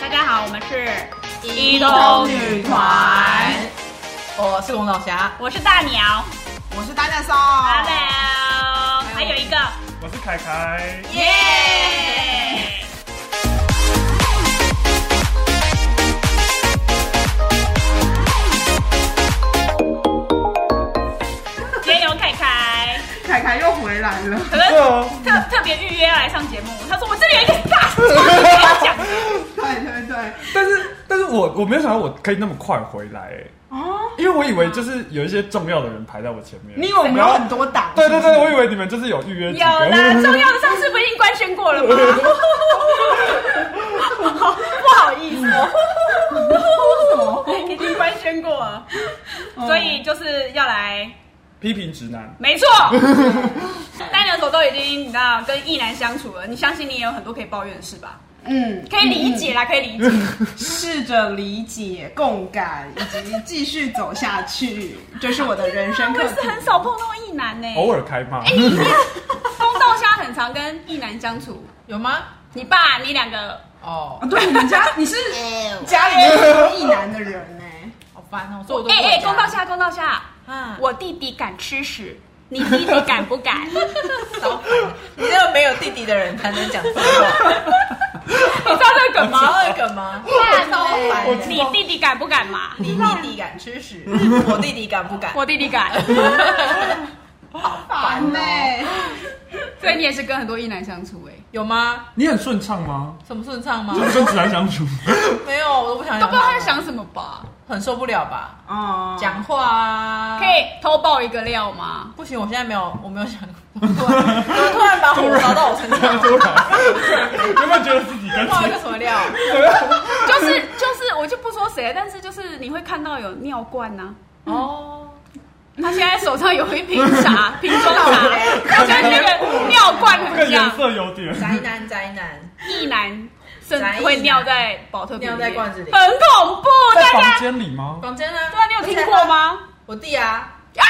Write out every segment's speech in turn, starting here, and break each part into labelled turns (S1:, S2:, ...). S1: 大家好，我们是
S2: 一通女团，
S3: 我是龙老侠，
S1: 我是大鸟
S2: 我是丹丹嫂。
S1: ，Hello，还有一个
S4: 我是凯凯，
S1: 耶。今天有凯凯，
S2: 凯凯又回来了，
S1: 可能
S4: 哦，
S1: 特特别预约来上节目，他说我这里有一个大事情要讲，
S2: 对对对，
S4: 但是但是我我没有想到我可以那么快回来、欸，
S2: 哦，
S4: 因为我以为就是有一些重要的人排在我前面。啊
S2: 你有没有很多档？
S4: 对对对，我以为你们就是有预约几个。
S1: 有啦，重要的上次不已经官宣过了吗？不好意思哦，已经官宣过了，
S2: 嗯
S1: 所以就是要来，
S4: 批评直男，
S1: 没错。单人手都已经你知道跟异男相处了，你相信你也有很多可以抱怨的事吧？
S2: 嗯，
S1: 可以理解啦，可以理解。
S2: 试着理解、共感，以及继续走下去，这是我的人生
S1: 我
S2: 课
S1: 也是
S2: 题。
S1: 很少碰到异男呢、
S4: 偶尔开
S2: 哎
S4: 骂。
S1: 东道虾很常跟异男相处，
S3: 有吗？
S1: 你爸你两个
S3: 哦
S2: 哦，，对，你家你是家里面一男的人呢、
S3: 好烦哦，所以我都
S1: 哎
S3: 不
S1: 哎、
S3: 回家
S1: 公道嗯下，公道下，
S3: 啊，我
S1: 我弟弟敢吃屎，你弟弟敢不敢？
S3: 少烦，你这个没有弟弟的人才能讲这 种话，
S1: 你知道这个梗
S3: 毛
S1: 吗？
S3: 二梗吗？
S2: 超烦的
S1: 你弟弟敢不敢嘛？
S3: 你弟弟敢吃屎，我弟弟敢不敢？
S1: 我弟弟敢，
S2: 烦呢、
S1: 所以你也是跟很多异男相处哎、
S3: 有吗？
S4: 你很顺畅吗？
S3: 什么顺畅吗
S4: 就？
S1: 嗯
S4: 是跟直男相处，
S3: 没有，我都不想
S1: 都
S3: 讲
S1: 不知
S3: 他
S1: 道他在
S3: 们，
S1: 想什么吧？
S3: 很受不了吧？
S2: 哦，
S3: 讲话啊，
S1: 可以偷爆一个料吗？
S3: 不行，我现在没有，我没有想，过， 突然怎么突然把火烧到我身上，
S4: 突然，有没有觉得自己跟
S3: 爆一个什么料？
S1: 就是就是，我就不说谁了，但是就是你会看到有尿罐呐、
S3: 哦，
S1: 他现在手上有一瓶茶， 瓶装茶，他跟那个尿罐
S4: 这
S1: 很
S4: 个颜
S1: 像，
S4: 色有点？
S3: 宅男宅男，
S1: 异男甚至会尿在保特瓶里面
S3: 尿在罐子里
S1: 很恐怖，
S4: 在
S1: 大
S4: 房
S1: 家。
S4: 间里吗？
S3: 房间呢？
S1: 对啊，你有听过？吗？
S3: 我弟啊，哎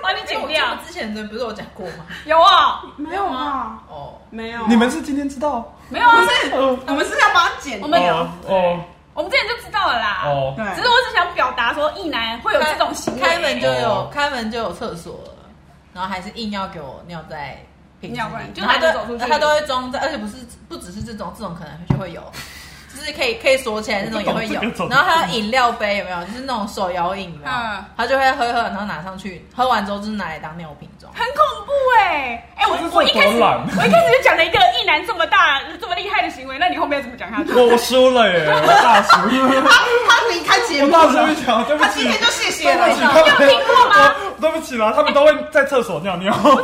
S1: 帮你剪掉
S3: 我记得之前的不是有讲过吗？
S1: 有啊、
S2: 没有吗？
S3: 哦，
S2: 没有，啊
S4: 你们是今天知道？
S1: 没有啊？
S4: 哦
S2: 我们是要把它剪掉，
S1: 我们
S4: 哦
S1: 我们之前就知道了啦。
S4: 哦，
S2: 对，
S1: 只是我只想表达说，异男会有这种行为，
S3: 开门就有
S4: 哦
S3: 开门就有厕所了，然后还是硬要给我尿在瓶子
S1: 尿罐
S3: 里，
S1: 就
S3: 然后他
S1: 懒得走出去
S3: 他都会装在，而且不是不只是这种，这种可能就会有。就是可以可以锁起来那种也会有
S4: 我不懂这个，
S3: 然后还有饮料杯有没有？就是那种手摇饮，有没有
S1: 嗯
S3: 他就会喝一喝，然后拿上去，喝完之后就是拿来当尿瓶装。
S1: 很恐怖哎、哎、我
S4: 这是
S1: 我一开始
S4: 多懒
S1: 我一开始就讲了一个异男这么大这么厉害的行为，那你后面要怎么讲下 去？
S4: 我我输了耶，我大输，
S2: 他他离开节
S4: 我
S2: 目
S4: 大输
S2: 了
S4: 一，条，对不
S2: 他
S4: 起
S2: 今。天就谢谢了
S4: 对。不起他
S1: 你
S4: 们
S1: 有听过吗？
S4: 我对不起啦，他们都会在厕所尿尿。啊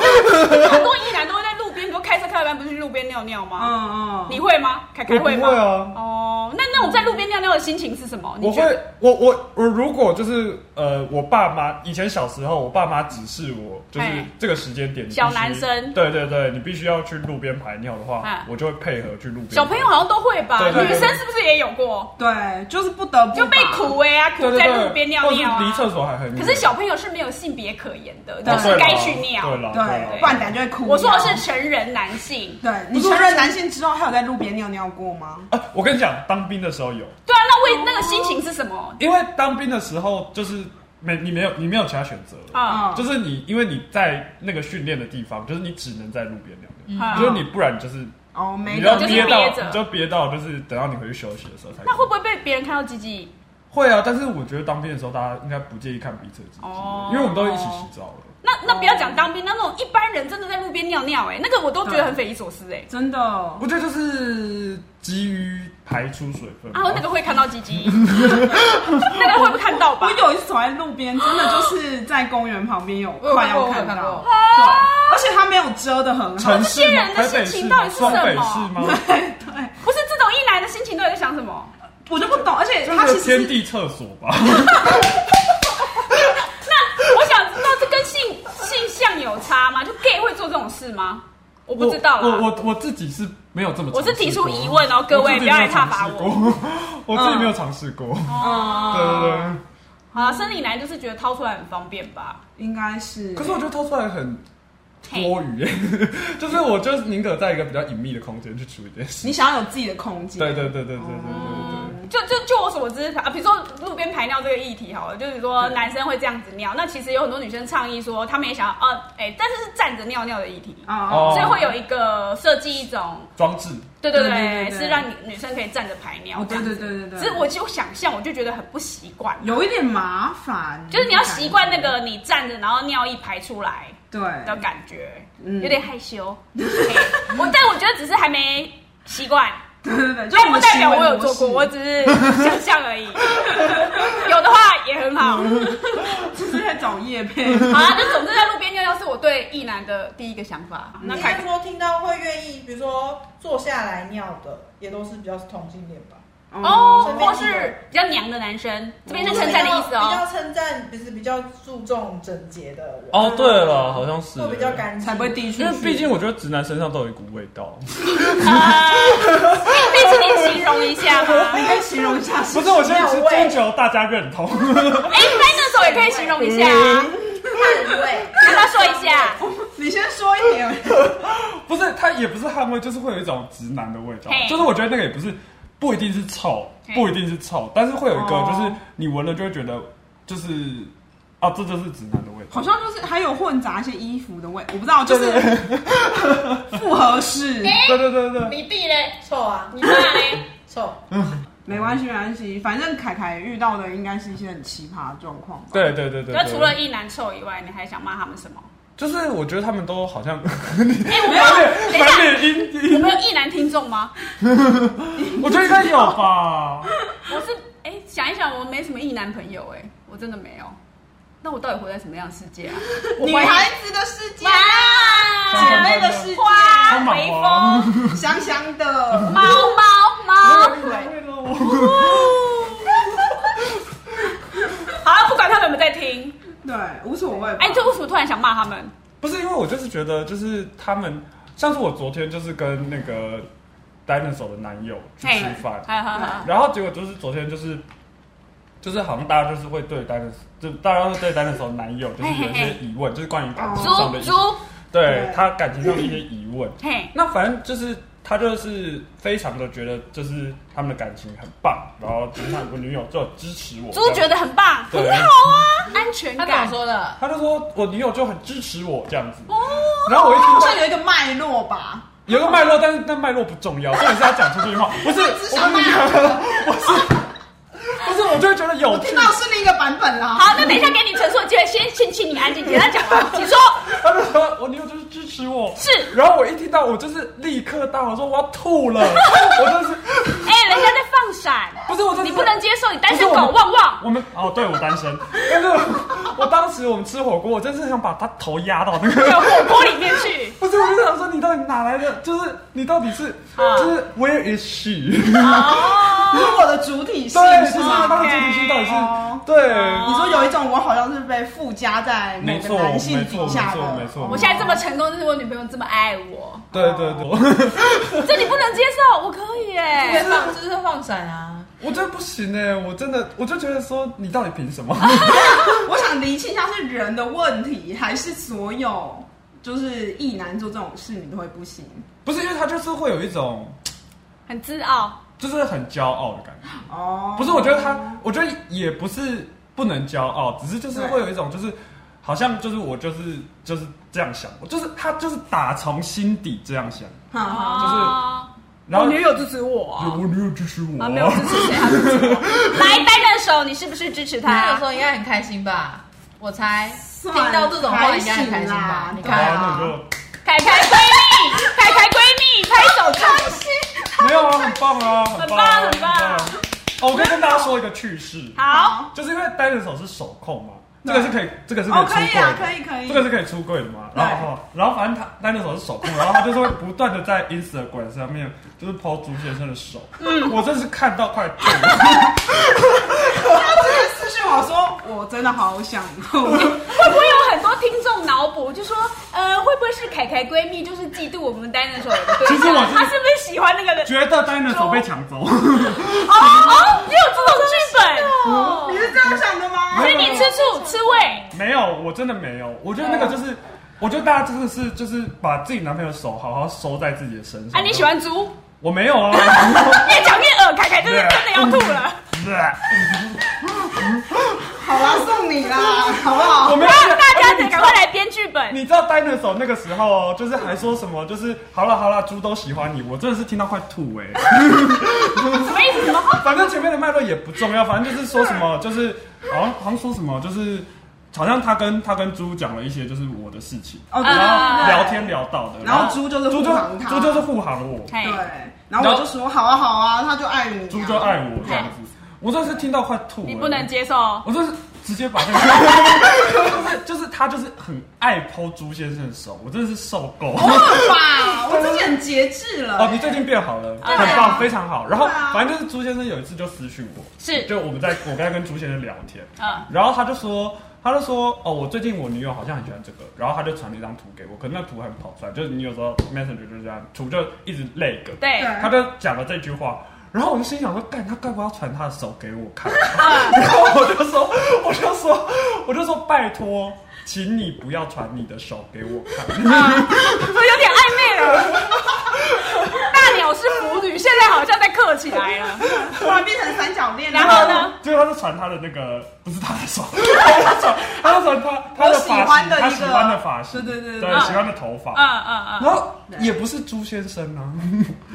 S1: 很多异男都会在路边，比如开车开到一半，不是去路边尿尿吗？
S2: 嗯
S1: 你会吗？凯凯
S4: 我不
S1: 会吗？
S4: 会啊
S1: 哦，那那种在路边尿尿的心情是什么？你
S4: 我
S1: 觉得
S4: 会，我我我如果就是呃，我爸妈以前小时候，我爸妈指示我，就是
S1: 哎
S4: 这个时间点，你必须
S1: 小男生
S4: 对对对，你必须要去路边排尿的话
S1: 哎，
S4: 我就会配合去路边。
S1: 小朋友好像都会吧？
S4: 对对
S1: 女
S4: 对
S1: 生是不是也有过？
S2: 对，就是不得不
S1: 就被
S2: 把
S1: 苦哎啊，
S4: 对
S1: 苦
S4: 对
S1: 在
S4: 对，
S1: 路边尿
S4: 或者
S1: 尿
S4: 是离厕
S1: 啊。
S4: 所还很远。
S1: 可是小朋友是没有性别可言的，
S2: 对
S1: 就是该去尿。
S4: 对啦，
S2: 对，
S4: 对
S2: 不然
S4: 啦。
S2: 等下就会哭。
S1: 我说的是，成人男性。
S2: 对你承认男性之后，还有在路边尿尿过吗？
S4: 啊，我跟你讲，当兵的时候有，
S1: 对啊，那为那个心情是什么
S4: 因为当兵的时候就是没你没有你没有其他选择了，
S1: 啊？
S2: 嗯
S4: 就是你因为你在那个训练的地方，就是你只能在路边尿尿。
S1: 啊
S4: 就是你，不然就是
S2: 哦，没
S4: 你
S2: 有
S4: 要
S1: 就是
S4: 憋到，
S1: 憋着
S4: 你就憋到，就是等到你回去休息的时候才。
S1: 那会不会被别人看到鸡鸡？
S4: 会啊？但是我觉得当兵的时候，大家应该不介意看彼此的鸡鸡
S1: 哦，
S4: 因为我们都一起洗澡了。
S1: 那那不要讲当兵，那种一般人真的在路边尿尿，哎，那个我都觉得很匪夷所思，哎。
S2: 真的
S4: 我觉得就是急于排出水分
S1: 啊，那个会看到鸡鸡，那个会不会看到吧
S2: 我？有一次走在路边，真的就是在公园旁边有
S3: 我有
S2: 快
S3: 看过
S1: 哦
S2: 要看
S3: 我有看
S2: 到
S3: 过，
S2: 对，而且他没有遮的很好，
S4: 城市
S1: 这些
S4: 吗
S1: 人的
S4: 台北
S1: 心
S4: 市
S1: 情到底
S4: 吗
S1: 是
S4: 双
S1: 什
S4: 北
S1: 么
S4: 市吗？
S2: 对 对，
S1: 不是这种一男的心情到底在想什么？
S2: 我就不懂，而且他
S4: 就
S2: 其
S4: 是
S2: 实
S4: 天
S2: 是
S4: 地厕所吧？
S1: 那我想知道这跟性性向有差吗？就 gay 会做这种事吗？我不知道
S4: 我
S1: 啦。
S4: 我我自己是没有这么尝试过，
S1: 我是提出疑问哦各位
S4: 我自己
S1: 不要来
S4: 没有尝
S1: 挞伐
S4: 试过。我自己
S1: 嗯
S4: 没有尝试过，对
S1: 哦，
S4: 对对。
S1: 好啦，生理男就是觉得掏出来很方便吧？
S2: 应该是，
S4: 可是我觉得掏出来很多余， 就是我就是宁可在一个比较隐秘的空间去处理这件事。
S2: 你想要有自己的空间。
S4: 对对对对对对对
S1: 就就就我所知啊，比如说路边排尿这个议题好了，就是说男生会这样子尿，那其实有很多女生倡议说，她们也想要，呃，哎、但是是站着尿尿的议题，
S2: 哦，
S1: 所以会有一个设计一种，
S4: 装置
S1: 对对对，
S2: 对对对对
S1: 是让女女生可以站着排尿
S2: 哦，
S1: 这
S2: 对
S1: 样
S2: 对
S1: 子。
S2: 对对嗯对，
S1: 只是我就想象，我就觉得很不习惯，
S2: 有一点麻烦，
S1: 就是你要习惯那个你站着然后尿意排出来
S2: 对
S1: 的感觉，
S2: 嗯
S1: 有点害 羞。嘿我但我觉得只是还没习惯，
S2: 对对对，就
S1: 但不代表
S2: 行为
S1: 我有
S2: 模
S1: 做
S2: 式
S1: 过，我只是想象 而已。有的话也很好。
S2: 只是在找叶配。
S1: 好啊，那总之在路边尿尿是我对异男的第一个想法。
S2: 嗯
S1: 那
S5: 应
S1: 凯
S5: 该说听到会愿意，比如说坐下来尿的，也都是比较是同性恋吧。
S1: 哦，
S5: 身边
S1: 或是比较娘的男生，这边是
S5: 就是
S1: 称赞的意思
S5: 比
S1: 哦。
S5: 较称赞，就是比较注重整洁的人，
S4: 哦，对了，好像是
S5: 会比较干净，
S2: 才不会滴出去。
S4: 因为毕竟我觉得直男身上都有一股味道，
S1: 啊，可以请你形容一下吗？
S2: 你可以形容一下，
S4: 不是我现在是征求大家认同，
S1: 哎，那个时候也可以形容一下啊，
S5: 汗味。
S1: 跟他说一下。
S2: 你先说一点。
S4: 不是他也不是汗味，就是会有一种直男的味道
S1: 嘿，
S4: 就是我觉得那个也不是不一定是臭，
S1: 嘿
S4: 不一定是臭，但是会有一个
S2: 哦
S4: 就是你闻了就会觉得就是啊，这就是直男的味道，
S2: 好像就是还有混杂一些衣服的味，我不知道，就是 复合式，
S4: 对对对对，
S1: 你弟嘞？
S5: 臭啊，
S1: 你爸嘞？
S5: 臭！
S2: 没关系没关系，反正凯凯遇到的应该是一些很奇葩的状况吧。
S4: 对对对对，
S1: 那
S4: 对
S1: 除了异男臭以外，你还想骂他们什么？
S4: 就是我觉得他们都好像
S1: 哎，我们有
S4: 满脸满脸阴
S1: 我
S4: 阴，
S1: 们有异男听众吗？
S4: 我觉得应该有吧。
S1: 我是哎、想一想，我没什么异男朋友哎、我真的没有。那我到底活在什么样的世界啊？我
S2: 女
S1: 怀疑
S2: 孩子的世界，姐
S1: 哇，
S2: 妹的世界，
S1: 花
S4: 充满
S1: 微
S4: 花
S1: 风，
S2: 香香的。
S1: 猫猫猫。好了，不管他们有没有在听。
S2: 对，无所谓吧。
S1: 哎、这为什么突然想骂他们？
S4: 不是因为我就是觉得，就是他们，像是我昨天就是跟那个 dinosaur 的男友去吃饭，
S1: 哈哈哈。
S4: 然后结果就是昨天就是就是好像大家就是会对 dinosaur，就大家会对 dinosaur 男友就是有一些疑问，就是关于感情上的
S1: 哦猪
S4: 疑，
S1: 猪，
S4: 对他感情上的一些疑问。
S1: 嘿，
S4: 那反正就是他就是非常的觉得就是他们的感情很棒，然后就是他我女友就支持我，
S1: 猪觉得很棒，
S4: 对
S1: 很好啊，安全
S3: 他怎么
S1: 感。
S3: 说的？
S4: 他就说我女友就很支持我这样子，
S1: 哦，
S4: 然后我一听
S2: 好
S4: 到
S2: 像有一个脉络吧，
S4: 有个脉络，但是那脉络不重要，重点是他讲出这句
S1: 哦
S4: 话，不是我不是那个， 不
S1: 啊
S4: 是不是，我就会觉得有
S2: 我
S4: 趣
S2: 听。到是另一个版本啦。
S1: 好，那等一下给你陈述的机会，先先请你安静，等他讲完，请说。
S4: 他就说哦我女友就是支持我，
S1: 是
S4: 然后我一听到我就是立刻大吼说我要吐 了，我就是
S1: 哎、人家在放闪，
S4: 不是我就是
S1: 你不能接受，你单身
S4: 不是
S1: 狗
S4: 我
S1: 旺旺。
S4: 我们哦，对我单身，但是我我当时我们吃火锅，我真是想把他头压到那个
S1: 在火锅里面去。
S4: 不是，我就想说你到底哪来的？就是你到底是，
S1: 啊
S4: 就是 where is she？
S1: 哦，
S2: 你说我的主体性
S4: 对，就是是
S2: 吗
S4: 他的主体性到底是
S2: 哦
S4: 对。
S2: 你说有一种我好像是被附加在某
S4: 没
S2: 个
S4: 错
S2: 男性底下的，
S4: 没错没错没错
S1: 我现在这么成功，就是我女朋友这么爱我，
S4: 对对对，
S1: 这你不能接受，我可以
S3: 会
S1: 哎。
S3: 放，就是会放闪啊。
S4: 我真的不行哎，我真的，我就觉得说你到底凭什么？
S2: 我想厘清一下是人的问题，还是所有就是异男做这种事你都会不行
S4: 不是因为他就是会有一种，
S1: 很自傲，
S4: 就是很骄傲的感觉。
S2: 哦？
S4: 不是，我觉得他，我觉得也不是不能骄傲，只是就是会有一种就是。好像就是我就是就是这样想，我就是他就是打从心底这样想，
S2: 哈哈，
S4: 就是
S1: 哦
S4: 然后
S1: 友支持我
S4: 我女友支持我，
S1: 啊，没有支持谁，她支持我。来，单刃手，你是不是支持
S3: 他有
S1: 他
S3: 时？候应该很开心吧？我猜听
S2: 算
S3: 到这种话应该很开心
S2: 还行啦
S3: 吧？你
S4: 好，
S2: 对
S3: 看，
S4: 那
S2: 啊
S4: 你就
S1: 凯凯闺蜜，凯凯闺蜜，拍手开心。
S4: 没有啊，很棒啊，很棒啊，
S1: 很棒很棒
S4: 很棒啊哦，我可以跟大家说一个趣事，
S1: 好，
S4: 就是因为单人手是手控嘛，这个是可以，这个是
S2: 哦，可
S4: 出柜
S2: 以啊，
S4: 的。
S2: 可以可以，
S4: 这个是可以出柜的嘛？然后，然后反正他单人手是手控，然后他就是会不断的在 Instagram 上面就是抛朱先生的手，嗯，我真是看到快 吐了。
S2: 他直接私信我说我真的好想 哭，
S1: 会不会有很多听众脑补，就说，呃，会不会是凯凯闺蜜就是嫉妒我们单刃手有个对象？
S4: 其实我是
S1: 她是不是喜欢那个人？
S4: 觉得单人手被抢走，
S1: 哦哦，也有这种剧本。
S2: 你是这样想的吗？
S1: 所以你吃醋吃味，
S4: 没有，我真的没有。我觉得那个就是我觉得大家真的是就是把自己男朋友的手好好收在自己的身上。
S1: 哎、
S2: 啊
S1: 你喜？欢猪？
S4: 我 没有啊。
S1: 越讲越恶，凯凯真的真的要吐了。
S2: 好啦，送你 啦，好不好？
S4: 我没有。
S1: 那 大家
S4: 而且
S1: 得
S4: 你知
S1: 赶
S4: 道
S1: 快来编剧本。
S4: 你知道 Dinosaur 那个时候哦，就是还说什么，就是好了好了，猪都喜欢你，我真的是听到快吐哎、
S1: 什么意思？什么？
S4: 反正前面的脉络也不重要，反正就是说什么，就是好像好像说什么，就是好像他跟他跟猪讲了一些就是我的事情，
S2: 哦，对
S4: 然后
S1: 啊
S4: 聊天聊到的，
S2: 然后猪就是
S4: 猪
S2: 护
S4: 就
S2: 航他，
S4: 猪就是护航我，
S1: 嘿
S2: 对，然后我就说好啊好啊，他就爱你、啊，
S4: 猪就爱我这样子，我真的是听到快吐了，
S1: 你不能接受。
S4: 我就是直接把 那个，就是就是他就是很爱剖朱先生的手，我真的是受 够。 哦，
S2: 哇，我自己很节制了、
S4: 你最近变好了，
S1: 啊
S4: 很棒，非常好。然后
S2: 对啊
S4: 反正就是朱先生有一次就私讯我，
S1: 是
S4: 就我们在我在跟朱先生聊天，
S1: 嗯，
S4: 然后他就说。他就说哦，我最近我女友好像很喜欢这个，然后他就传了一张图给我，可能那图还没跑出来，就是你有时候 Messenger 就是这样，图就一直累个，
S1: 对，
S2: 对
S4: 他就讲了这句话，然后我就心想说，干他该不要传他的手给我 看？
S1: 嗯，
S4: 然后我就说，我就说，我就说，拜托，请你不要传你的手给我看。
S1: 我有点暧昧了。大鸟是腐女，现在好像在刻起来了。
S2: 突然变成三角恋，
S1: 然后呢？
S4: 结果他就传他的那个，不是他的手， 他就传，他就传他他
S2: 我
S4: 的发
S2: 喜欢
S4: 型，
S2: 的一个
S4: 他喜欢的发型，
S2: 对对对
S4: 对，
S1: 嗯
S4: 喜欢的头发。
S1: 嗯嗯嗯，
S4: 然后也不是朱先生啊，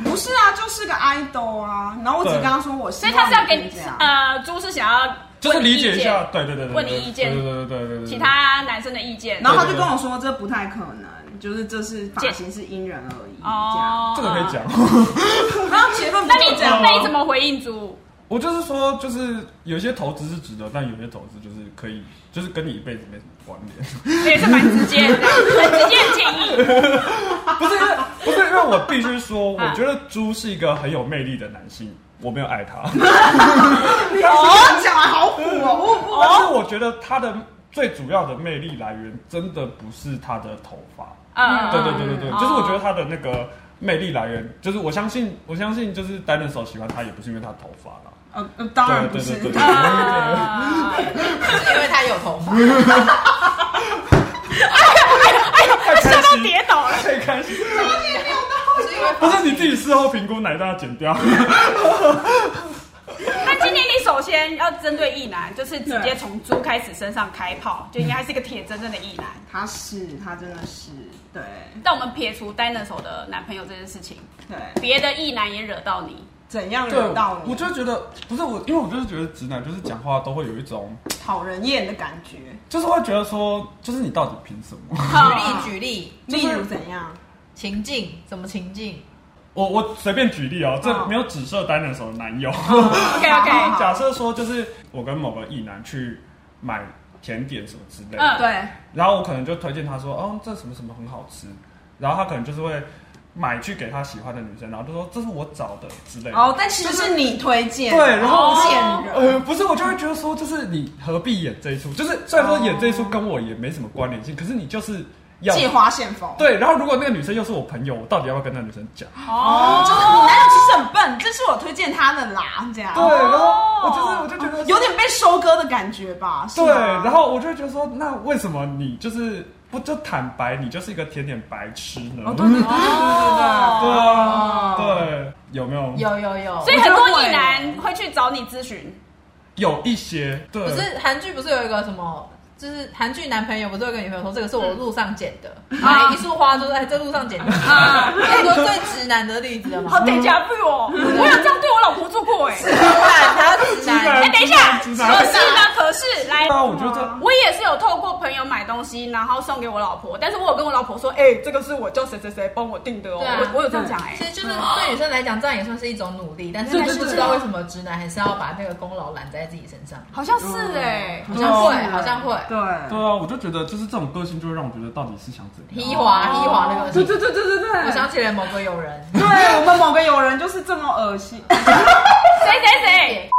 S2: 不是啊，就是个 idol 啊，然后我只
S4: 对
S2: 跟他说我希
S1: 所以
S2: 望
S1: 他是要给
S2: 你
S1: 你
S2: 这样，
S1: 呃，猪是想要
S4: 就是理解
S1: 问你
S4: 一
S1: 意
S4: 下
S1: 见，
S4: 对对对对，
S1: 问你意见
S4: 对对对对对对，
S1: 其他男生的意见。
S2: 然后他就跟我说这不太可能，就是这是发型是因人而异这样，
S1: 哦，
S4: 这个可以讲。哦
S2: 然后结论
S1: 嗯。
S2: 不
S1: 那
S2: 就
S1: 你
S2: 这样
S1: 那你怎么回应猪？
S4: 我就是说，就是有些投资是值得，但有些投资就是可以，就是跟你一辈子没什么关联。
S1: 也是蛮直接的，很直接的建议。
S4: 不是因为不是因为我必须说，我
S1: 啊
S4: 觉得猪是一个很有魅力的男性，我没有爱他，
S2: 哦，讲完好虎哦，我
S4: 但是我觉得他的最主要的魅力来源真的不是他的头发，
S1: 嗯，
S4: 对对对对对，
S1: 嗯
S4: 就是我觉 得他的那个魅力来源，就是我相信我相信就是单人手喜欢他也不是因为他的头发啦，
S2: 呃呃，当然不
S4: 对
S2: 是
S4: 对对，对
S1: 啊
S3: 是因为他有头发。
S4: 太开
S1: 笑到
S4: 心，
S1: 跌倒了。
S4: 太开心，
S3: 是因为
S4: 不是你自己事后评估哪一段要剪掉，
S1: 那今天你首先要针对异男，就是直接从猪开始身上开炮，
S4: 嗯
S1: 就应该是一个铁铮铮的异男。
S2: 他是他真的是对
S1: 但我们撇除 Dinosaur 的男朋友这件事情，
S2: 对，
S1: 别的异男也惹到你，
S2: 怎样
S4: 对
S2: 惹到，
S4: 我
S2: 你
S4: 就觉得不是我，因为我就是觉得直男就是讲话都会有一种，
S2: 讨人厌的感觉？
S4: 就是会觉得说，就是你到底凭什么？
S1: 好
S3: 举例举例
S2: 例如怎样？
S3: 情境，什么情境？
S4: 我我随便举例哦，这
S2: 嗯
S4: 没有指涉单人手的男友。
S1: ，OK OK，
S4: 假设说，就是我跟某个异男去买甜点什么之类的，
S1: 嗯
S2: 对，
S4: 然后我可能就推荐他说，哦，这什么什么很好吃，然后他可能就是会买去给他喜欢的女生，然后就说这是我找的之类的。
S2: 哦，但其实是你推荐，
S4: 对然后
S1: 我
S2: 贱人，
S4: 呃，不是，我就会觉得说，就是你何必演这一出？就是虽然说演这一出跟我也没什么关联性，可是你就是要
S2: 借花献佛。
S4: 对。然后如果那个女生又是我朋友，我到底要不要跟那个女生讲？
S2: 哦，就是你男友其实很笨，这是我推荐他的啦，这样。
S4: 对，然后我就是我就觉得
S2: 哦有点被收割的感觉吧？是
S4: 对，
S2: 吗
S4: 然后我就会觉得说，那为什么你就是不就坦白，你就是一个甜点白痴呢？
S2: 哦，对对对对对对
S4: 对啊，
S2: 哦
S4: 对，有没有？
S3: 有有有
S1: 所以很多异男会去找你咨询，
S4: 有一些对
S3: 不，是韩剧不是有一个什么？就是韩剧男朋友不是会跟女朋友说这个是我路上捡的，买一束花就是哎在路上捡的，啊，很多最直男的例子了嘛
S1: 好，等一下不哦，
S4: 嗯
S1: 我有这样对我老婆做过哎。
S4: 直
S3: 直男他直
S4: 男
S3: 男，
S1: 哎，等一下，可
S4: 直
S1: 是
S4: 男
S1: 呢，可是来，
S4: 啊那啊我觉得
S1: 我也是有透过朋友买东西，然后送给我老婆，但是我有跟我老婆说，哎、这个是我叫谁谁谁帮我订的哦，
S3: 对啊
S1: 我我有这样讲哎、
S3: 其实就是对女生来讲，这样也算是一种努力，但是
S1: 对
S3: 还
S1: 对
S3: 是不
S1: 对哦
S3: 知道为什么直男还是要把那个功劳揽在自己身上，
S1: 好像
S2: 哦
S1: 是
S4: 嗯
S1: 哎、
S3: 好像会
S2: 对，
S3: 好像会，
S4: 对
S2: 对
S4: 啊，我就觉得就是这种个性，就会让我觉得到底是想怎
S3: 黑
S4: 样？
S3: 华黑华那个
S2: 对
S3: 东西，
S2: 对对对对
S3: 我
S2: 对，
S3: 想起了某个友人，
S2: 对我们某个友人就是这么恶心，
S1: 谁谁谁，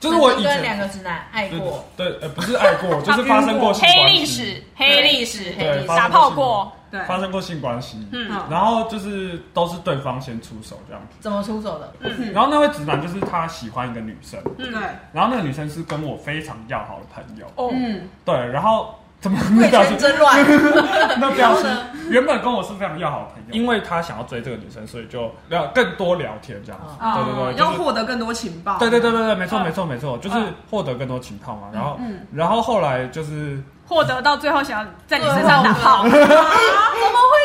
S4: 就是我
S3: 曾
S4: 以
S3: 经跟两
S4: 前
S3: 个直男爱
S4: 对
S3: 过，
S4: 对呃不是爱过，就是发生过性
S1: 黑
S4: 关系
S1: 历史，黑历史，
S3: 对
S1: 黑历
S4: 对
S1: 史，
S4: 发
S1: 打
S4: 生
S1: 炮
S4: 性
S1: 过，
S2: 对，
S4: 发生过性关系，
S1: 嗯
S2: 嗯
S4: 然后就是都是对方先出手这样子，
S3: 怎么出手的？
S2: 嗯
S4: 然后那位直男就是他喜欢一个女生，
S2: 对，
S1: 嗯
S4: 然后那个女生是跟我非常要好的朋友，
S1: 哦，
S2: 嗯，
S4: 对，然后怎么
S3: 贵
S4: 那表情？
S3: 圈真 乱，
S4: 那表情原本跟我是非常要好的朋友，因为他想要追这个女生，所以就聊更多聊天这样子。对对对，就
S2: 嗯哦要
S4: 是
S2: 获得更多情报。
S4: 对对对对对，没错
S1: 嗯
S4: 没错没错，就是获得更多情报嘛。然后
S2: 嗯
S4: 然后后来就是
S1: 获得到最后想要在你身上打炮，啊
S3: 怎么会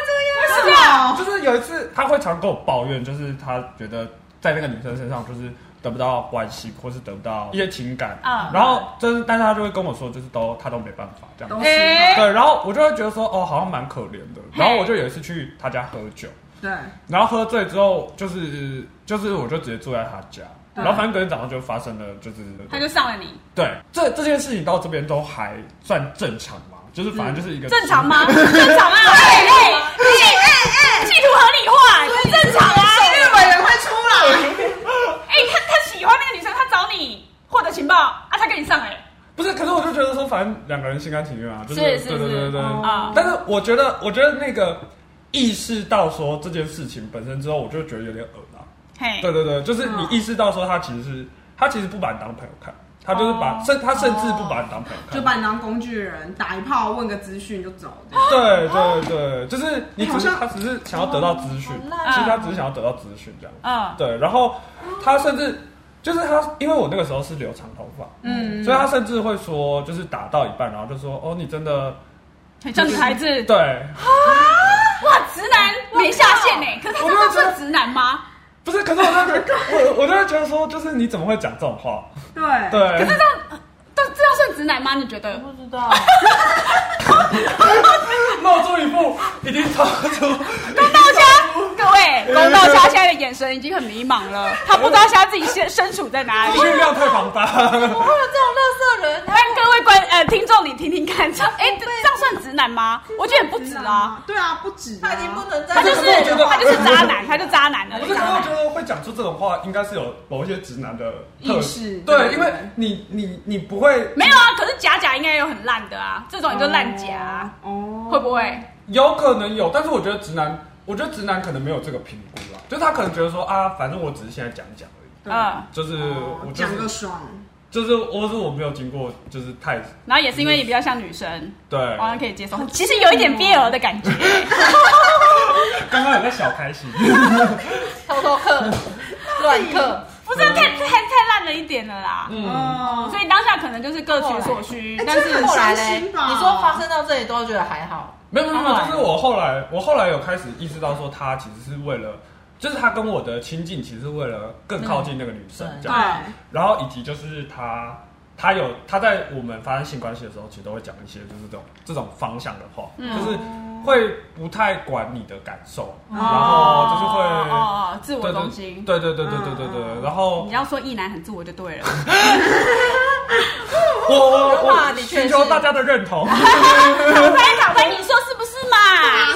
S3: 这 样？
S2: 是啊，
S4: 哦就是有一次，他会常跟我抱怨，就是他觉得在那个女生身上就是得不到关心，或是得不到一些情感。
S1: 嗯
S4: 然后就是，但是他就会跟我说，就是都他都没办法这样
S2: 都
S4: 子。
S2: 是
S1: 哎
S4: 对，然后我就会觉得说，哦，好像蛮可怜的。
S1: 嘿
S4: 然后我就有一次去他家喝酒，
S2: 对，
S4: 然后喝醉之后，就是就是我就直接住在他家，
S2: 嗯
S4: 然后反正隔天早上就发生了，就是
S1: 他就上了你，
S4: 对这这件事情到这边都还算正常嘛，就是反正就是一个
S1: 嗯正常吗？正常吗？哎哎哎哎，企图合理化，不正常啊！
S2: 日本人会出来，
S1: 哎，他他喜欢那个女生，他找你获得情报啊，他跟你上哎，
S4: 不是，可是我就觉得说，反正两个人心甘情愿啊，就是
S1: 是是
S4: 对对对对。
S2: 哦
S1: 啊，
S4: 但是我觉得，我觉得那个意识到说这件事情本身之后，我就觉得有点恶啊。
S1: 嘿，
S4: 对对对，就是你意识到说他其实是他其实不把你当朋友看，他就是把
S1: 哦
S4: 甚他甚至不把你当朋友看，
S2: 就把你当工具人，打一炮问个资讯就走。这样
S4: 对对对，就是你只是
S2: 好像
S4: 他只是想要得到资讯，
S3: 好烂
S4: 其实他只是想要得到资讯这样。
S1: 嗯，
S4: 对，然后他甚至就是他，因为我那个时候是留长头发，
S2: 嗯，
S4: 所以他甚至会说，就是打到一半，然后就说哦，你真的
S1: 很像女孩子，
S4: 对。
S1: 哇，直男没下线哎，可是
S4: 我没有
S1: 他
S4: 觉得
S1: 算直男吗？
S4: 不是，可是我就觉得，我我就会觉得说，就是你怎么会讲这种话？
S2: 对
S4: 对，可是
S1: 但这样算直男吗？你觉得？
S3: 不知 道，
S4: 露出一副已经超出，
S1: 大家各位，龚道虾现在的眼神已经很迷茫了，他不知道现在自己身身处在哪里。
S4: 力量太庞大。
S3: 怎么会有这种垃圾人？
S1: 但各位观呃听众，你听听看，这样哎、这这样算直男吗？我觉得也不止啊，，
S2: 对啊，不止啊，
S5: 他已经不能再
S1: 他就是
S4: 可是我觉得
S1: 他就是渣男，他就渣男了
S4: 不。是，可是我觉得会讲出这种话，应该是有某一些直男的特
S2: 意识
S4: 对，因为你你你不会
S1: 没有啊，可是假假应该有很烂的啊，这种也就烂假啊、
S2: 哦，
S1: 会不会？
S4: 有可能有，但是我觉得直男，我觉得直男可能没有这个评估啦，就是他可能觉得说啊，反正我只是现在讲讲而已，
S2: 对
S1: 嗯，
S4: 就是
S2: 哦
S4: 我就
S2: 讲
S4: 是
S2: 个爽，
S4: 就是我是我没有经过就是太
S1: 然后也是因为你比较像女生，
S4: 对，
S1: 好像可以接受。其实有一点 BL 的感觉，
S4: 刚刚有在小 开心。
S2: 嗯
S3: 偷偷课，乱课，
S1: 不是啊太太太烂了一点了啦。
S4: 嗯，
S2: 哦
S1: 所以当下可能就是各取所需
S2: 哎，
S1: 但是
S2: 这很
S3: 后来嘞，
S2: 伤
S3: 你
S2: 心吧
S3: 说发生到这里都觉得还好，
S4: 没有没有没有，就是我后来我后来有开始意识到说，他其实是为了，就是他跟我的亲近，其实是为了更靠近那个女生
S3: 嗯
S4: 这
S2: 对
S4: 样，然后以及就是他。他有他在我们发生性关系的时候，其实都会讲一些就是这种这种方向的话，
S1: 嗯
S4: 就是会不太管你的感受，
S2: 哦
S4: 然后就是会、
S1: 哦哦哦，自我
S4: 对
S1: 中心。
S4: 对对对对对对对
S2: 嗯嗯嗯
S4: 对，然后
S1: 你要说意男很自我就对了，
S4: 我我
S3: 哇
S4: 我
S3: 的确
S4: 寻
S3: 是
S4: 求大家的认同，
S1: 讨拍讨拍，你说是不是嘛？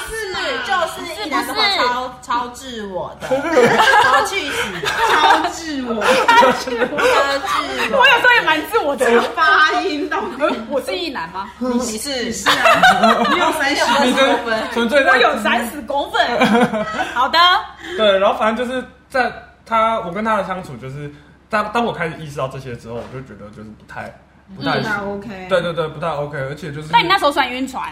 S3: 是啊就是一男的话
S1: 是不是
S3: 超超治我的，超去死，
S2: 超自我
S3: 超治
S1: 我有
S3: 我，
S1: 时候也蛮自我的，
S2: 发音到底，
S1: 我是意男吗？
S3: 你你是
S2: 是啊，你有三小
S4: 你
S3: 我
S4: 真
S3: 们
S4: 纯粹在
S1: 我有三十公分。 好的，
S4: 对，然后反正就是在他我跟他的相处，就是当当我开始意识到这些之后，我就觉得就是不太不太
S2: 不
S4: 行，
S2: 太 OK，
S4: 对对对，不太 OK，而且就是
S1: 那你那时候算晕船？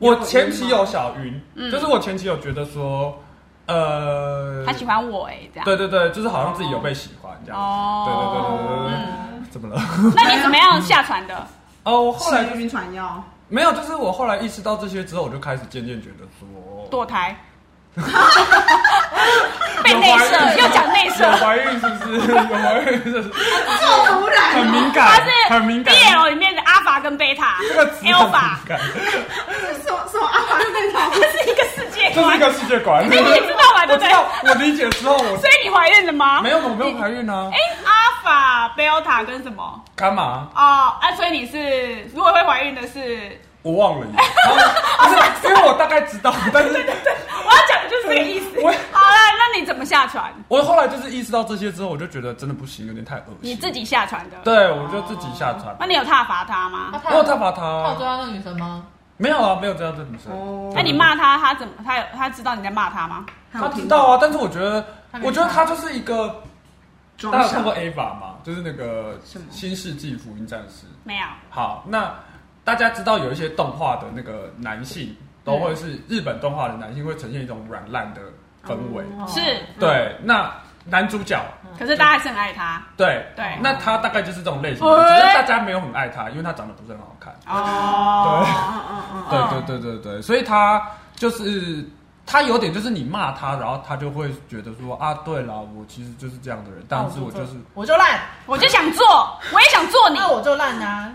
S4: 我前期有小云，
S1: 嗯
S4: 就是我前期有觉得说，呃
S1: 他，喜欢我哎，这样。
S4: 对对对，就是好像自己有被喜欢这样，对对对对对对
S1: 哦，
S4: 对，怎么了？
S1: 那你怎么样下船的？
S4: 哦，我后
S2: 后
S4: 来
S2: 来
S4: 就是
S2: 晕船药，
S4: 没有，就是我后来意识到这些之后，我就开始渐渐觉得说，
S1: 堕 胎。被内射，又讲内射
S4: 有。怀孕是不是？有怀孕是不是？
S2: 好突
S4: 很
S2: 然，
S4: 敏
S1: 他
S4: 感，
S1: 是
S4: 很敏感。
S1: BL 里面的阿法跟贝塔
S4: 这个词很敏
S1: ，Alpha
S4: 感，
S2: 这是什么什么啊阿凡达？
S1: 这是一个世界
S4: 这是
S1: 观
S4: 一。个世界观。
S1: 你也知道吧？对
S4: 我
S1: 不
S4: 知
S1: 对？
S4: 道，我理解之后，我
S1: 所以你怀孕了吗？
S4: 没有，我没有怀孕啊
S1: 哎。，阿法、贝塔跟什么？
S4: 干嘛？
S1: 哦，啊，所以你是如果会怀孕的是，
S4: 我忘了。然后不是，因为我大概知道，但是
S1: 我要讲的就是这个意思。
S4: 我
S1: 好了，那你怎么下船？
S4: 我后来就是意识到这些之后，我就觉得真的不行，有点太恶心。
S1: 你自？己下船的？。
S4: 对，我就自己下船。
S1: 那你有挞伐他吗？
S4: 我有他罚
S3: 他有追
S4: 他，
S3: 到那个女生吗？
S4: 没有啊，没有这样的女生。
S2: 哦
S1: 那你骂他，他怎么？他有他知道你在骂他吗？
S4: 他知道啊，但是我觉得，
S3: 他没
S4: 我觉得他就是一个，
S2: 装
S4: 大家有看
S2: 傻
S4: 过 A 法嘛，就是那个
S2: 什么
S4: 新世纪福音战士。
S1: 没有。
S4: 好，那大家知道有一些动画的那个男性，都会是日本动画的男性会呈现一种软烂的氛围。
S3: 哦
S1: 是，
S4: 对，那男主角
S1: 可是大家还是很爱他
S4: 对
S1: 对
S4: 那他大概就是这种类型
S1: 喂
S4: 的，只是大家没有很爱他，因为他长得不是很好看。
S1: 哦。
S4: 对。
S2: 嗯嗯嗯，
S1: 嗯
S4: 对对对对对，所以他就是他有点就是你骂他，然后他就会觉得说啊，对了，我其实就是这样的人，但是我就是
S3: 哦
S5: 我就烂，
S1: 我就想做，我也想做你，
S5: 那我就烂啊！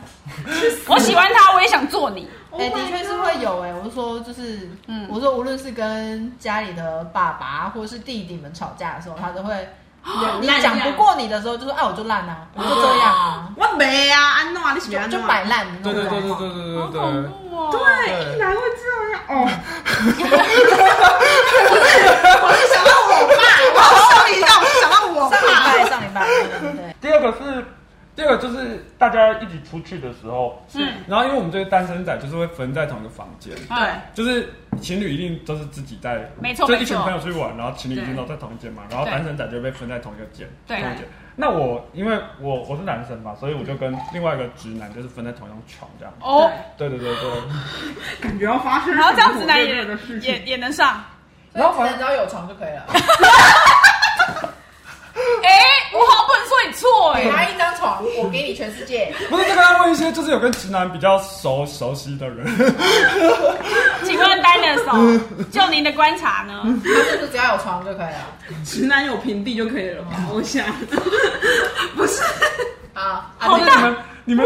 S1: 我喜欢他，我也想做你。
S2: 嗯
S3: 哎、的确是会有哎、我是说，就是，
S1: 嗯
S3: 我说无论是跟家里的爸爸或是弟弟们吵架的时候，他都会，你
S2: 烂
S3: 讲
S2: 样
S3: 不过你的时候，就说啊，我就烂啊，我就这样啊，
S2: 我没啊，安诺啊，你喜欢
S3: 就就摆烂，
S1: 哦
S4: 对对对对对对对对。
S1: 怖哦！
S2: 对，一男会这样哦。
S5: 我是想要我
S2: 我好想你，但我就想到我
S3: 上礼
S2: 爸。
S3: 拜 上礼拜，对对对，
S4: 第二个是，第二个就是大家一起出去的时候，
S1: 嗯
S4: 然后因为我们这些单身仔就是会分在同一个房间，
S1: 对，
S4: 就是情侣一定都是自己在，
S1: 没错
S4: 就一
S1: 没
S4: 群
S1: 错
S4: 朋友出去玩，然后情侣一定都在同一间嘛，然后单身仔就被分在同一个间，
S1: 对
S4: 同一间。那我因为我我是男生嘛，所以我就跟另外一个直男就是分在同一张床这样。
S1: 哦，
S4: 对对对对，
S2: 感觉要发生什么
S1: 然后这样子呢
S2: 火
S1: 也
S2: 热的事情
S1: 也也能上。
S5: 然
S4: 然
S5: 后
S4: 后
S5: 反
S4: 反
S5: 正只要有床就可以了，
S1: 哎，我好像不能说你错
S5: 给他
S1: 哎，
S5: 一张床，我给你全世界。
S4: 不是这个要问一些就是有跟直男比较熟熟悉的人，
S1: 请问 Dinosaur，就您的观察呢？
S5: 他就是只要有床就可以了。
S2: 直男有平地就可以了吧？我想，不是，
S5: 好，
S1: 好
S5: 啊，这
S1: 大
S5: 个
S4: 你们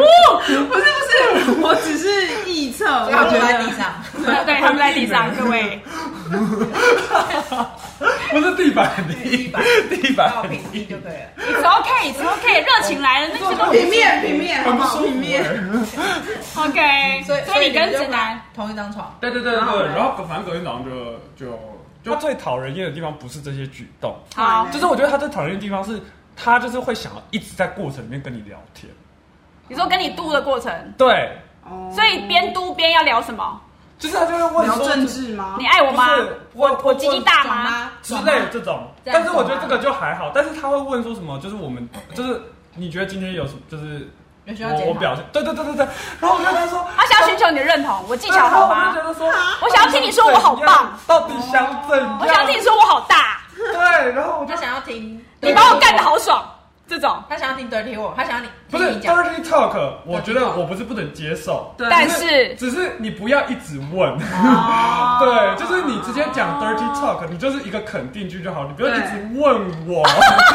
S4: 你们
S2: 不是，不是，我只是臆测，我
S5: 所以他
S2: 觉
S5: 坐在地
S2: 得。
S5: 上，
S1: 对对，他们在地上，各位，
S4: 不是地板泥，地板
S5: 到
S4: 泥
S1: 哦
S5: 平，地就可以了。
S1: it's OK，it's OK，热情来了，那些都
S2: 平面，平面，好
S4: 很
S2: 不
S4: 不
S2: 好？
S4: 舒
S2: 平
S4: 服
S2: 面。
S4: 欸。
S1: OK。
S5: 所以
S1: 所以你跟直男，
S5: 同一张床，
S4: 对对对
S2: 然后
S4: 对，
S2: 呢
S4: 然后反正隔天早上就就就最讨人厌的地方不是这些举动，
S1: 好，
S4: 就是我觉得他最讨厌的地方是，他就是会想要一直在过程里面跟你聊天。
S1: 你说跟你嘟的过程，
S4: 对，
S2: 哦
S1: 所以边嘟边要聊什么？
S4: 就是他就会问
S2: 聊
S4: 说
S2: 政治吗
S1: 你？爱我吗
S4: 不是？我
S1: 我鸡鸡大
S5: 爽
S1: 吗？
S5: 吗？
S4: 之类的这种，
S3: 这样
S4: 但是我觉得这个就还好。但是他会问说什么，就是我们就是你觉得今天有什么，就是
S3: 有需要
S4: 我我
S3: 检讨
S4: 表。现，对对对对对。然后我就跟他说，
S1: 他想要寻求你的认同，我技
S4: 技
S1: 巧好吗
S4: 我就？觉得说，
S1: 我想要听你说我好棒，
S4: 到底想怎样？
S1: 我想要听你说我好大，
S4: 对，然后我就
S3: 他想要听，
S1: 你把我干的，好爽，这种。
S3: 他想要听 dirty 我，他想要你
S4: 不是
S3: 听你讲，
S4: dirty talk，我觉得我不是不能接受，
S2: 对
S1: 但是
S4: 只是你不要一直 问。
S2: 哦
S4: 对，就是你直接讲 dirty talk，你就是一个肯定句就好，你不要一直问 我。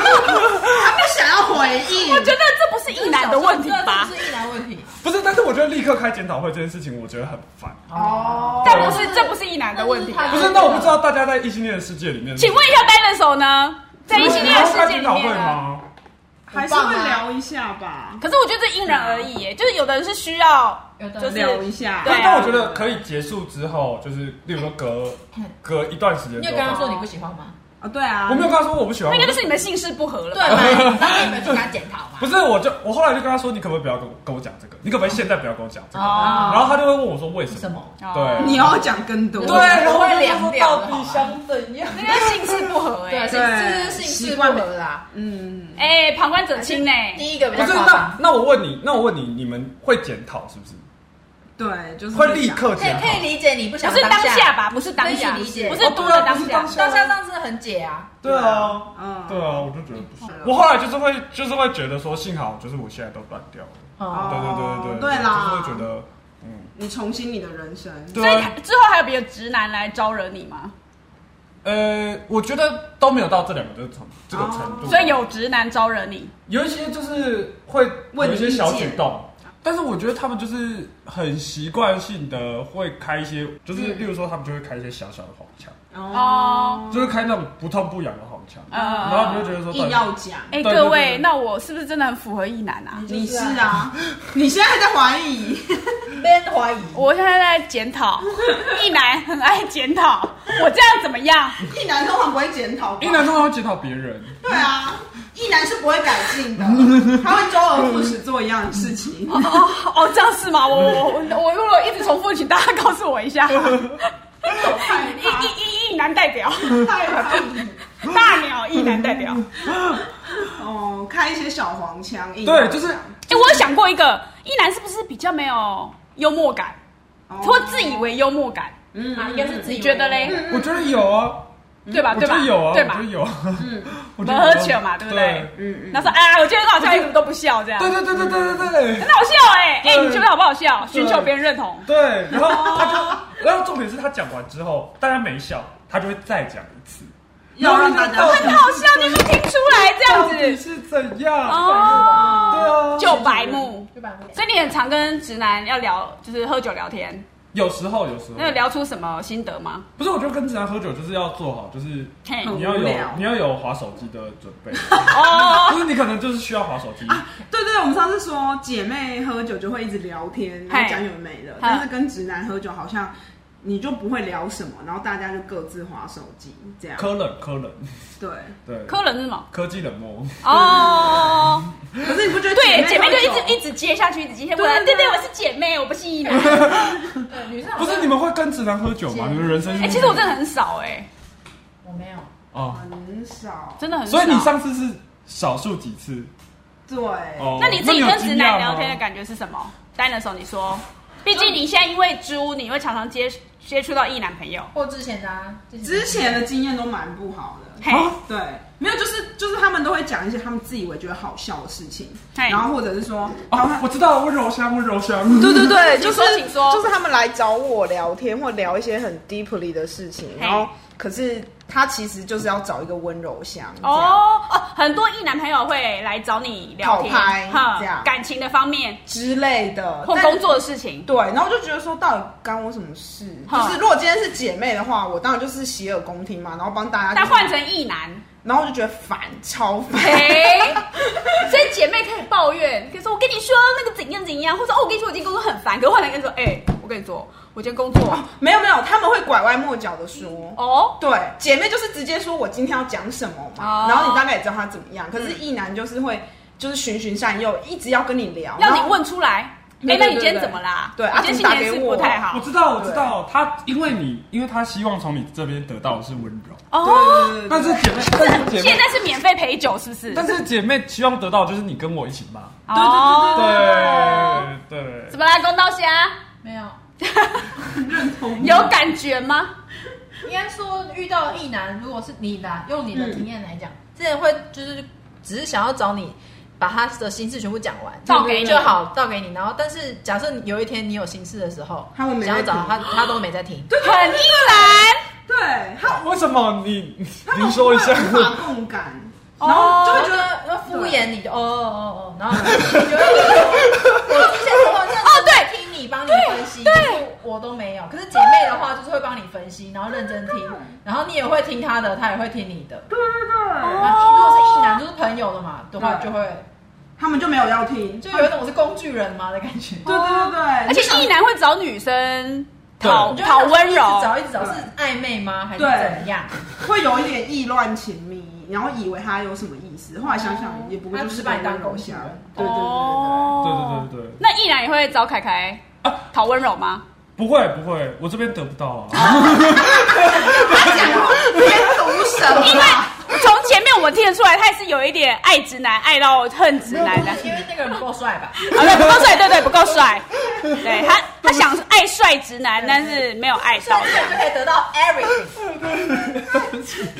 S2: 他不想要回应
S1: 我，觉得这不是一男的问题吧
S3: 这？是一男问题，
S4: 不是，但是我觉得立刻开检讨会这件事情，我觉得很烦。
S5: 哦
S1: 但不是，这不是一男的问题吧。
S4: 不是，那我不知道大家在异性恋的世界里面，
S1: 请问一下 b a l a n c e 呢？在异性恋的世
S4: 开
S1: 界
S4: 检
S1: 里
S4: 讨会
S1: 面呢？
S4: 吗？
S2: 还是会聊一下吧，
S1: 可是我觉得这因人而异耶，就是有的人是需要，
S3: 有的
S1: 就是
S2: 聊一下。
S1: 对啊
S4: 但我觉得可以结束之后，就是例如说隔隔一段时间
S3: 你
S4: 之后
S3: 有跟他说你不喜欢吗？
S2: 啊，对啊，
S4: 我没有跟他说我不喜欢
S1: 那应
S4: 我
S1: 该就是你们姓氏不合了
S3: 对
S1: 吧。
S3: 嘛，然后你们去跟他检讨嘛
S4: 不。是，我就我后来就跟他说，你可不可以不要跟我跟我讲这个？你可不可以现在不要跟我讲这个？
S3: 哦，
S4: 然后他就会问我说为什
S3: 什
S4: 么？
S3: 么？
S1: 哦
S4: 对
S2: 你要讲更多。
S4: 对，然后我就说
S3: 我会
S4: 到
S3: 凉
S4: 底
S3: 掉
S4: 想怎样？
S1: 那个姓氏不合
S3: 对，
S1: 哎。
S3: 性这是性事不合啦。
S2: 嗯，
S1: 哎，旁观者清呢？
S3: 第一个比
S4: 不
S3: 较
S4: 是，
S3: 夸
S4: 那
S3: 张，
S4: 那我问你，那我问你，你们会检讨是不是？
S2: 对，就是
S4: 会立刻
S3: 可以
S4: 检
S3: 可以
S4: 讨？
S3: 理解你不
S1: 不
S3: 想
S1: 是当下
S3: 下，
S1: 吧？不是当下，
S3: 可以理解哦
S1: 不是读的当下。
S3: 当下上次很解啊。
S4: 对啊，
S2: 嗯
S4: 对啊，我就觉得不是
S2: 是。
S4: 我后来就是会就是会觉得说，幸好就是我现在都断掉了。对
S3: 哦，
S4: 对对对
S2: 对啦
S4: 就是会觉得嗯，
S2: 你重新你的人生。
S1: 所以
S4: 对
S1: 他
S4: 啊，
S1: 之后还有别的直男来招惹你吗？
S4: 呃，我觉得都没有到这两个这个程这个程度，
S1: 哦所以有直男招惹你，
S4: 有一些就是会
S2: 问
S4: 有
S2: 你
S4: 一些小举动，但是我觉得他们就是很习惯性的会开一些，就是例如说他们就会开一些小小的黄腔，
S1: 哦
S4: 就是开那种不痛不痒的黄腔，
S1: 嗯嗯嗯
S4: 然后你就觉得说，
S2: 硬要讲。
S1: 哎、
S4: 对
S1: 各
S4: 对
S1: 位，
S4: 对对
S1: 那我是不是真的很符合异男啊？
S2: 你是啊，你现在还在怀疑？
S5: 边怀疑，
S1: 我现在在检讨， 异男很爱检讨，我这样怎么样？
S2: 一男通常不会检讨吧，
S4: 一男通常会检讨别人，
S2: 对啊，一男是不会改进的，他会周而复始做一样的事 情。
S1: 哦哦哦，这样是吗？我我我我如果一直重复，请大家告诉我一 下。异异异异男代表，
S2: 太怀疑
S1: 大鸟异男代表。
S2: 哦，开一些小黄腔，硬
S4: 对，就是
S1: 哎、我有想过一个，异男是不是比较没有幽默感，或自以为幽默感，
S2: 哦嗯
S3: 啊，应该是自己
S1: 你觉得嘞？
S4: 我觉得有啊，
S1: 对吧？
S4: 我
S1: 对
S4: 觉
S1: 吧
S4: 得有啊，？
S1: 对
S4: 我
S1: 吧
S4: 觉得？有啊，
S2: 嗯
S4: 我觉得有啊
S1: 我们喝酒嘛对不对
S2: 嗯嗯
S1: 那说哎，我觉得很好笑，你怎么都不笑这样？
S4: 对对对对对对对
S1: 很好笑哎哎，
S4: 对
S1: 你觉得好不好笑？寻求别人认同。
S4: 对，然后他就，然后重点是他讲完之后，大家没笑，他就会再讲一次，
S2: 要让大家
S4: 很
S1: 好笑，你有没有听出来这样子？
S4: 是怎样？对
S1: 哦，
S4: 啊，
S1: 就白目。
S3: 就把那个
S1: 所以你很常跟直男要聊，就是喝酒聊天，
S4: 有时候有时
S1: 那有
S4: 候
S1: 聊出什么心得吗？哦
S4: 不是，我觉得跟直男喝酒就是要做好，就是
S1: 嘿，
S2: 嗯
S4: 你要
S2: 无
S4: 有
S2: 聊
S4: 你要有划手机的准 备，
S1: 哦，
S4: 就是你可能就是需要划手机，
S1: 啊
S2: 对对，我们上次说姐妹喝酒就会一直聊天，然后讲有的没的，但是跟直男喝酒好像你就不会聊什么，然后大家就各自划手机这样。
S4: 科冷科冷，
S2: 对，
S4: 对，
S1: 科冷是什么？
S4: 科技冷漠，
S1: 哦，
S2: 可是你不觉得
S1: 对，姐
S2: 姐
S1: 妹就一
S2: 喝酒
S1: 直一直接下去，一直接下去。
S2: 对对
S4: 啊
S1: 我对对，我是姐妹，我不是异男。
S3: 对女生好
S4: 不
S3: 像
S4: 是你们会跟直男喝酒吗？你们人生
S1: 哎，其实我真的很少哎，
S3: 我没有，
S4: 哦，
S2: 很少，
S1: 真的很少。
S4: 所以你上次是少数几次
S2: 对，
S4: 哦。
S1: 那你自己跟直男聊天的
S4: 感
S1: 感觉是什么？单的时候你说，毕竟你现在因为猪，你会常常接接触到异男朋友。
S3: 或之前的啊，
S2: 之前的经验都蛮不好的。
S5: 啊
S1: 嘿，
S2: 对，没有，就是就是他们都会讲一些他们自以为觉得好笑的事情，
S1: 嘿
S2: 然后或者 是说，然后
S4: 哦，
S2: 他
S4: 我知道温柔乡，温柔乡。
S5: 对对对，
S1: 请
S5: 就是
S1: 说请说
S5: 就是他们来找我聊天，或聊一些很 deeply 的事情，
S1: 嘿
S5: 然后可是他其实就是要找一个温柔乡这样
S1: 哦哦，很多异男朋友会来找你聊天，
S5: 讨拍
S1: 哼
S5: 这样
S1: 感情的方面
S5: 之类的，
S1: 或
S5: 但
S1: 工作的事情。
S5: 对，然后我就觉得说，到底干我什么事？
S1: 哼
S5: 就是如果今天是姐妹的话，我当然就是洗耳恭听嘛，然后帮大家。
S1: 但换，成异男，
S5: 然后我就觉得烦，超烦。
S1: 嘿，所以姐妹可以抱怨，可以说我跟你说那个怎样怎样，或者哦我跟你说我今天工作很烦，可是换成跟你说，哎、我跟你说我今天工作
S5: 没有没有，他们会拐弯抹角的说。
S1: 哦，
S5: 对，姐妹就是直接说我今天要讲什么嘛，
S1: 哦
S5: 然后你大概也知道他怎么样。可是一男就是会就是循循善诱，一直要跟你聊，
S1: 要
S5: 然
S1: 你
S5: 后
S1: 问出来。哎、
S5: 对对
S1: 那你今
S5: 对
S1: 天
S5: 对
S1: 怎么啦？
S5: 对
S1: 我
S5: 啊
S1: 今
S5: 怎
S1: 天心
S5: 么打
S1: 情
S5: 给
S1: 是不
S5: 我
S1: 太
S4: 我
S1: 好
S4: 知道，我知道，他因为你，因为他希望从你这边得到的是温柔，
S1: 哦。
S5: 对对对
S4: 但是姐妹，但是姐
S1: 现
S4: 妹，
S1: 在是免费陪酒，是不是？
S4: 但是姐妹希望得到就是你跟我一起骂。
S1: 哦
S4: 对对
S1: 怎，么啦，公道虾？
S3: 没有，
S1: 有感觉吗？
S3: 应该说遇到异男，如果是你的，用你的经验来讲，之前会就是只是想要找你把他的心事全部讲完，
S1: 倒给你
S3: 就好，倒给你。然后，但是假设有一天你有心事的时候，
S2: 他们没在
S3: 想要找
S2: 听
S3: 他，他都没在听。
S1: 很依然，
S2: 对他
S4: 为什么你
S2: 他
S4: 您
S2: 们
S4: 说一下？
S2: 无法共感，
S3: 然后就
S2: 就会
S3: 会
S2: 觉
S3: 觉得要敷衍你，就哦哦哦哦，然后你就会我之前如果这样
S1: 哦对
S3: 听你帮你分析，对，我都没有。可是姐妹的话就是会帮你分析，然后认真听，然后你也会听她的，她也会听你的。
S2: 对对对，
S3: 然后如果是异男，就是朋友的嘛的话，
S2: 对
S3: 就会
S2: 他们就没有要听，
S3: 就有一种我是工具人嘛的感觉。
S2: 对对对，
S1: 而且异男会找女生讨
S3: 我觉得
S1: 讨温柔，
S3: 一直找一直找是暧昧吗？还是怎样？
S2: 会有一点意乱情迷，然后以为他有什么意思，后来想想也不过
S3: 他
S2: 就
S3: 只
S2: 是
S3: 是把你当
S2: 狗
S3: 狗
S2: 侠
S3: 侠，
S2: 对对对对
S1: 哦
S4: 对对对对
S1: 那异男也会找凯凯
S4: 啊
S1: 讨温柔吗？
S4: 不会不会，我这边得不到啊。
S1: 因为从前面我们听得出来，他也是有一点爱直男，爱到恨直男的。
S3: 因为那个人不够帅吧？
S1: 啊，对，不够帅，对对，不够帅。对他，他想爱帅直男，但是没有爱
S3: 所以
S1: 到
S3: 这个人就可以得到 everything。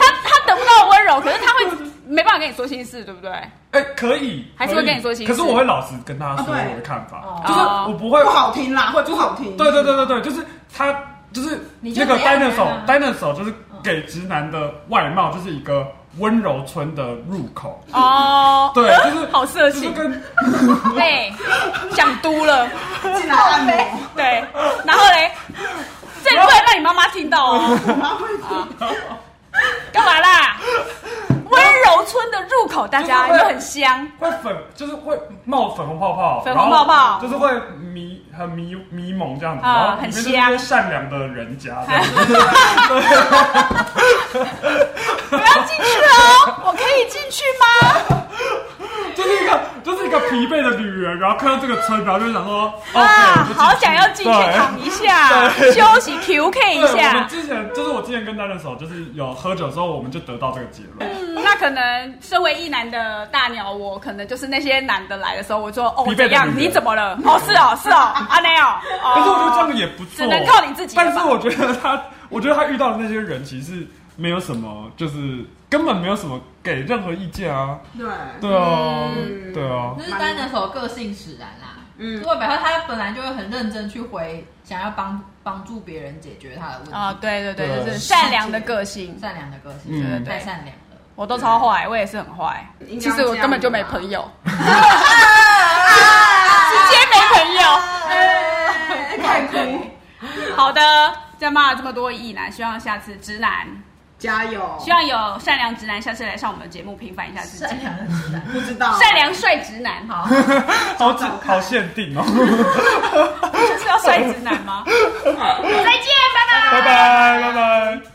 S1: 他，他得不到温柔，可是他会没办法跟你说心事，对不对？
S4: 哎，可以，
S1: 还是会跟你说心事
S4: 可是我会老实跟他说
S2: 啊对
S4: 我的看法
S3: 哦，
S4: 就是我不会
S2: 对，不好听啦，会不好听，
S4: 对对对对对，就是他就是
S3: 你就
S4: 那个
S3: 怎样怎
S4: dinosaur、
S3: 样啊
S4: dinosaur 就是给直男的外貌就是一个温柔村的入口，
S1: 哦，
S4: 对，就是
S1: 好色
S4: 就是
S1: 情，
S4: 跟
S1: 哎，想嘟了。
S2: 进来按摩，
S1: 对，然后嘞，这不能让你妈妈听到哦。
S2: 我妈会听，
S1: 干嘛啦？温柔村的入口，大家
S4: 就是会
S1: 又很香。
S4: 会粉就是会冒粉红泡泡，
S1: 粉红泡泡
S4: 然后就是会迷很迷迷蒙这样子，
S1: 啊
S4: 然后
S1: 很
S4: 里面就是
S1: 香
S4: 一些善良的人家 这样子，
S1: 不要进去哦，我可以进去 吗？
S4: 就是一个就是一个疲惫的女人，然后看到这个村，然后就想说
S1: 啊
S4: OK，我就进去
S1: 好想要进去
S4: 对
S1: 躺一下，
S4: 对
S1: 休息 QK 一
S4: 对，我们
S1: 下。
S4: 之前就是我之前前跟 d i n o s a 就是有喝酒之后，我们就得到这个结论。
S1: 嗯，那可能身为一男的大鸟，我可能就是那些男的来的时候，我就哦
S4: 疲惫的
S1: 怎样？
S4: 女人
S1: 你怎么了？哦是哦是 哦，阿内哦，
S4: 可是我觉得这
S1: 哦，
S4: 样也不错，
S1: 只能靠你自己了吧
S4: 但是我觉得他，我觉得他遇到的那些人其实没有什么，就是根本没有什么给任何意见啊。
S2: 对，
S4: 对啊，
S2: 嗯
S4: 对啊，
S3: 就是丹的手个性使然啦。
S2: 嗯
S3: 如果表示他本来就会很认真去回，想要帮帮助别人解决他的问题，
S1: 啊对对对，
S4: 对
S1: 就是善良的个性，
S3: 善良的个性，
S4: 嗯
S3: 真的
S1: 对
S3: 太善良了。
S1: 我都超坏，我也是很坏，
S2: 应该
S1: 其
S2: 要
S1: 实我
S2: 这样
S1: 根本就没
S2: 吧
S1: 朋友，
S2: 啊
S1: 直接没朋友。
S2: 哎快哭，
S1: 好的，在骂了这么多异男，希望下次直男，
S2: 加油！
S1: 希望有善良直男下次来上我们的节目平反一下自己。
S3: 善良的直男，
S2: 不知道
S1: 善良帅直男，好，
S4: 好只好限定哦。
S1: 就是要帅直男吗？再见，拜拜。
S4: 拜拜，拜拜。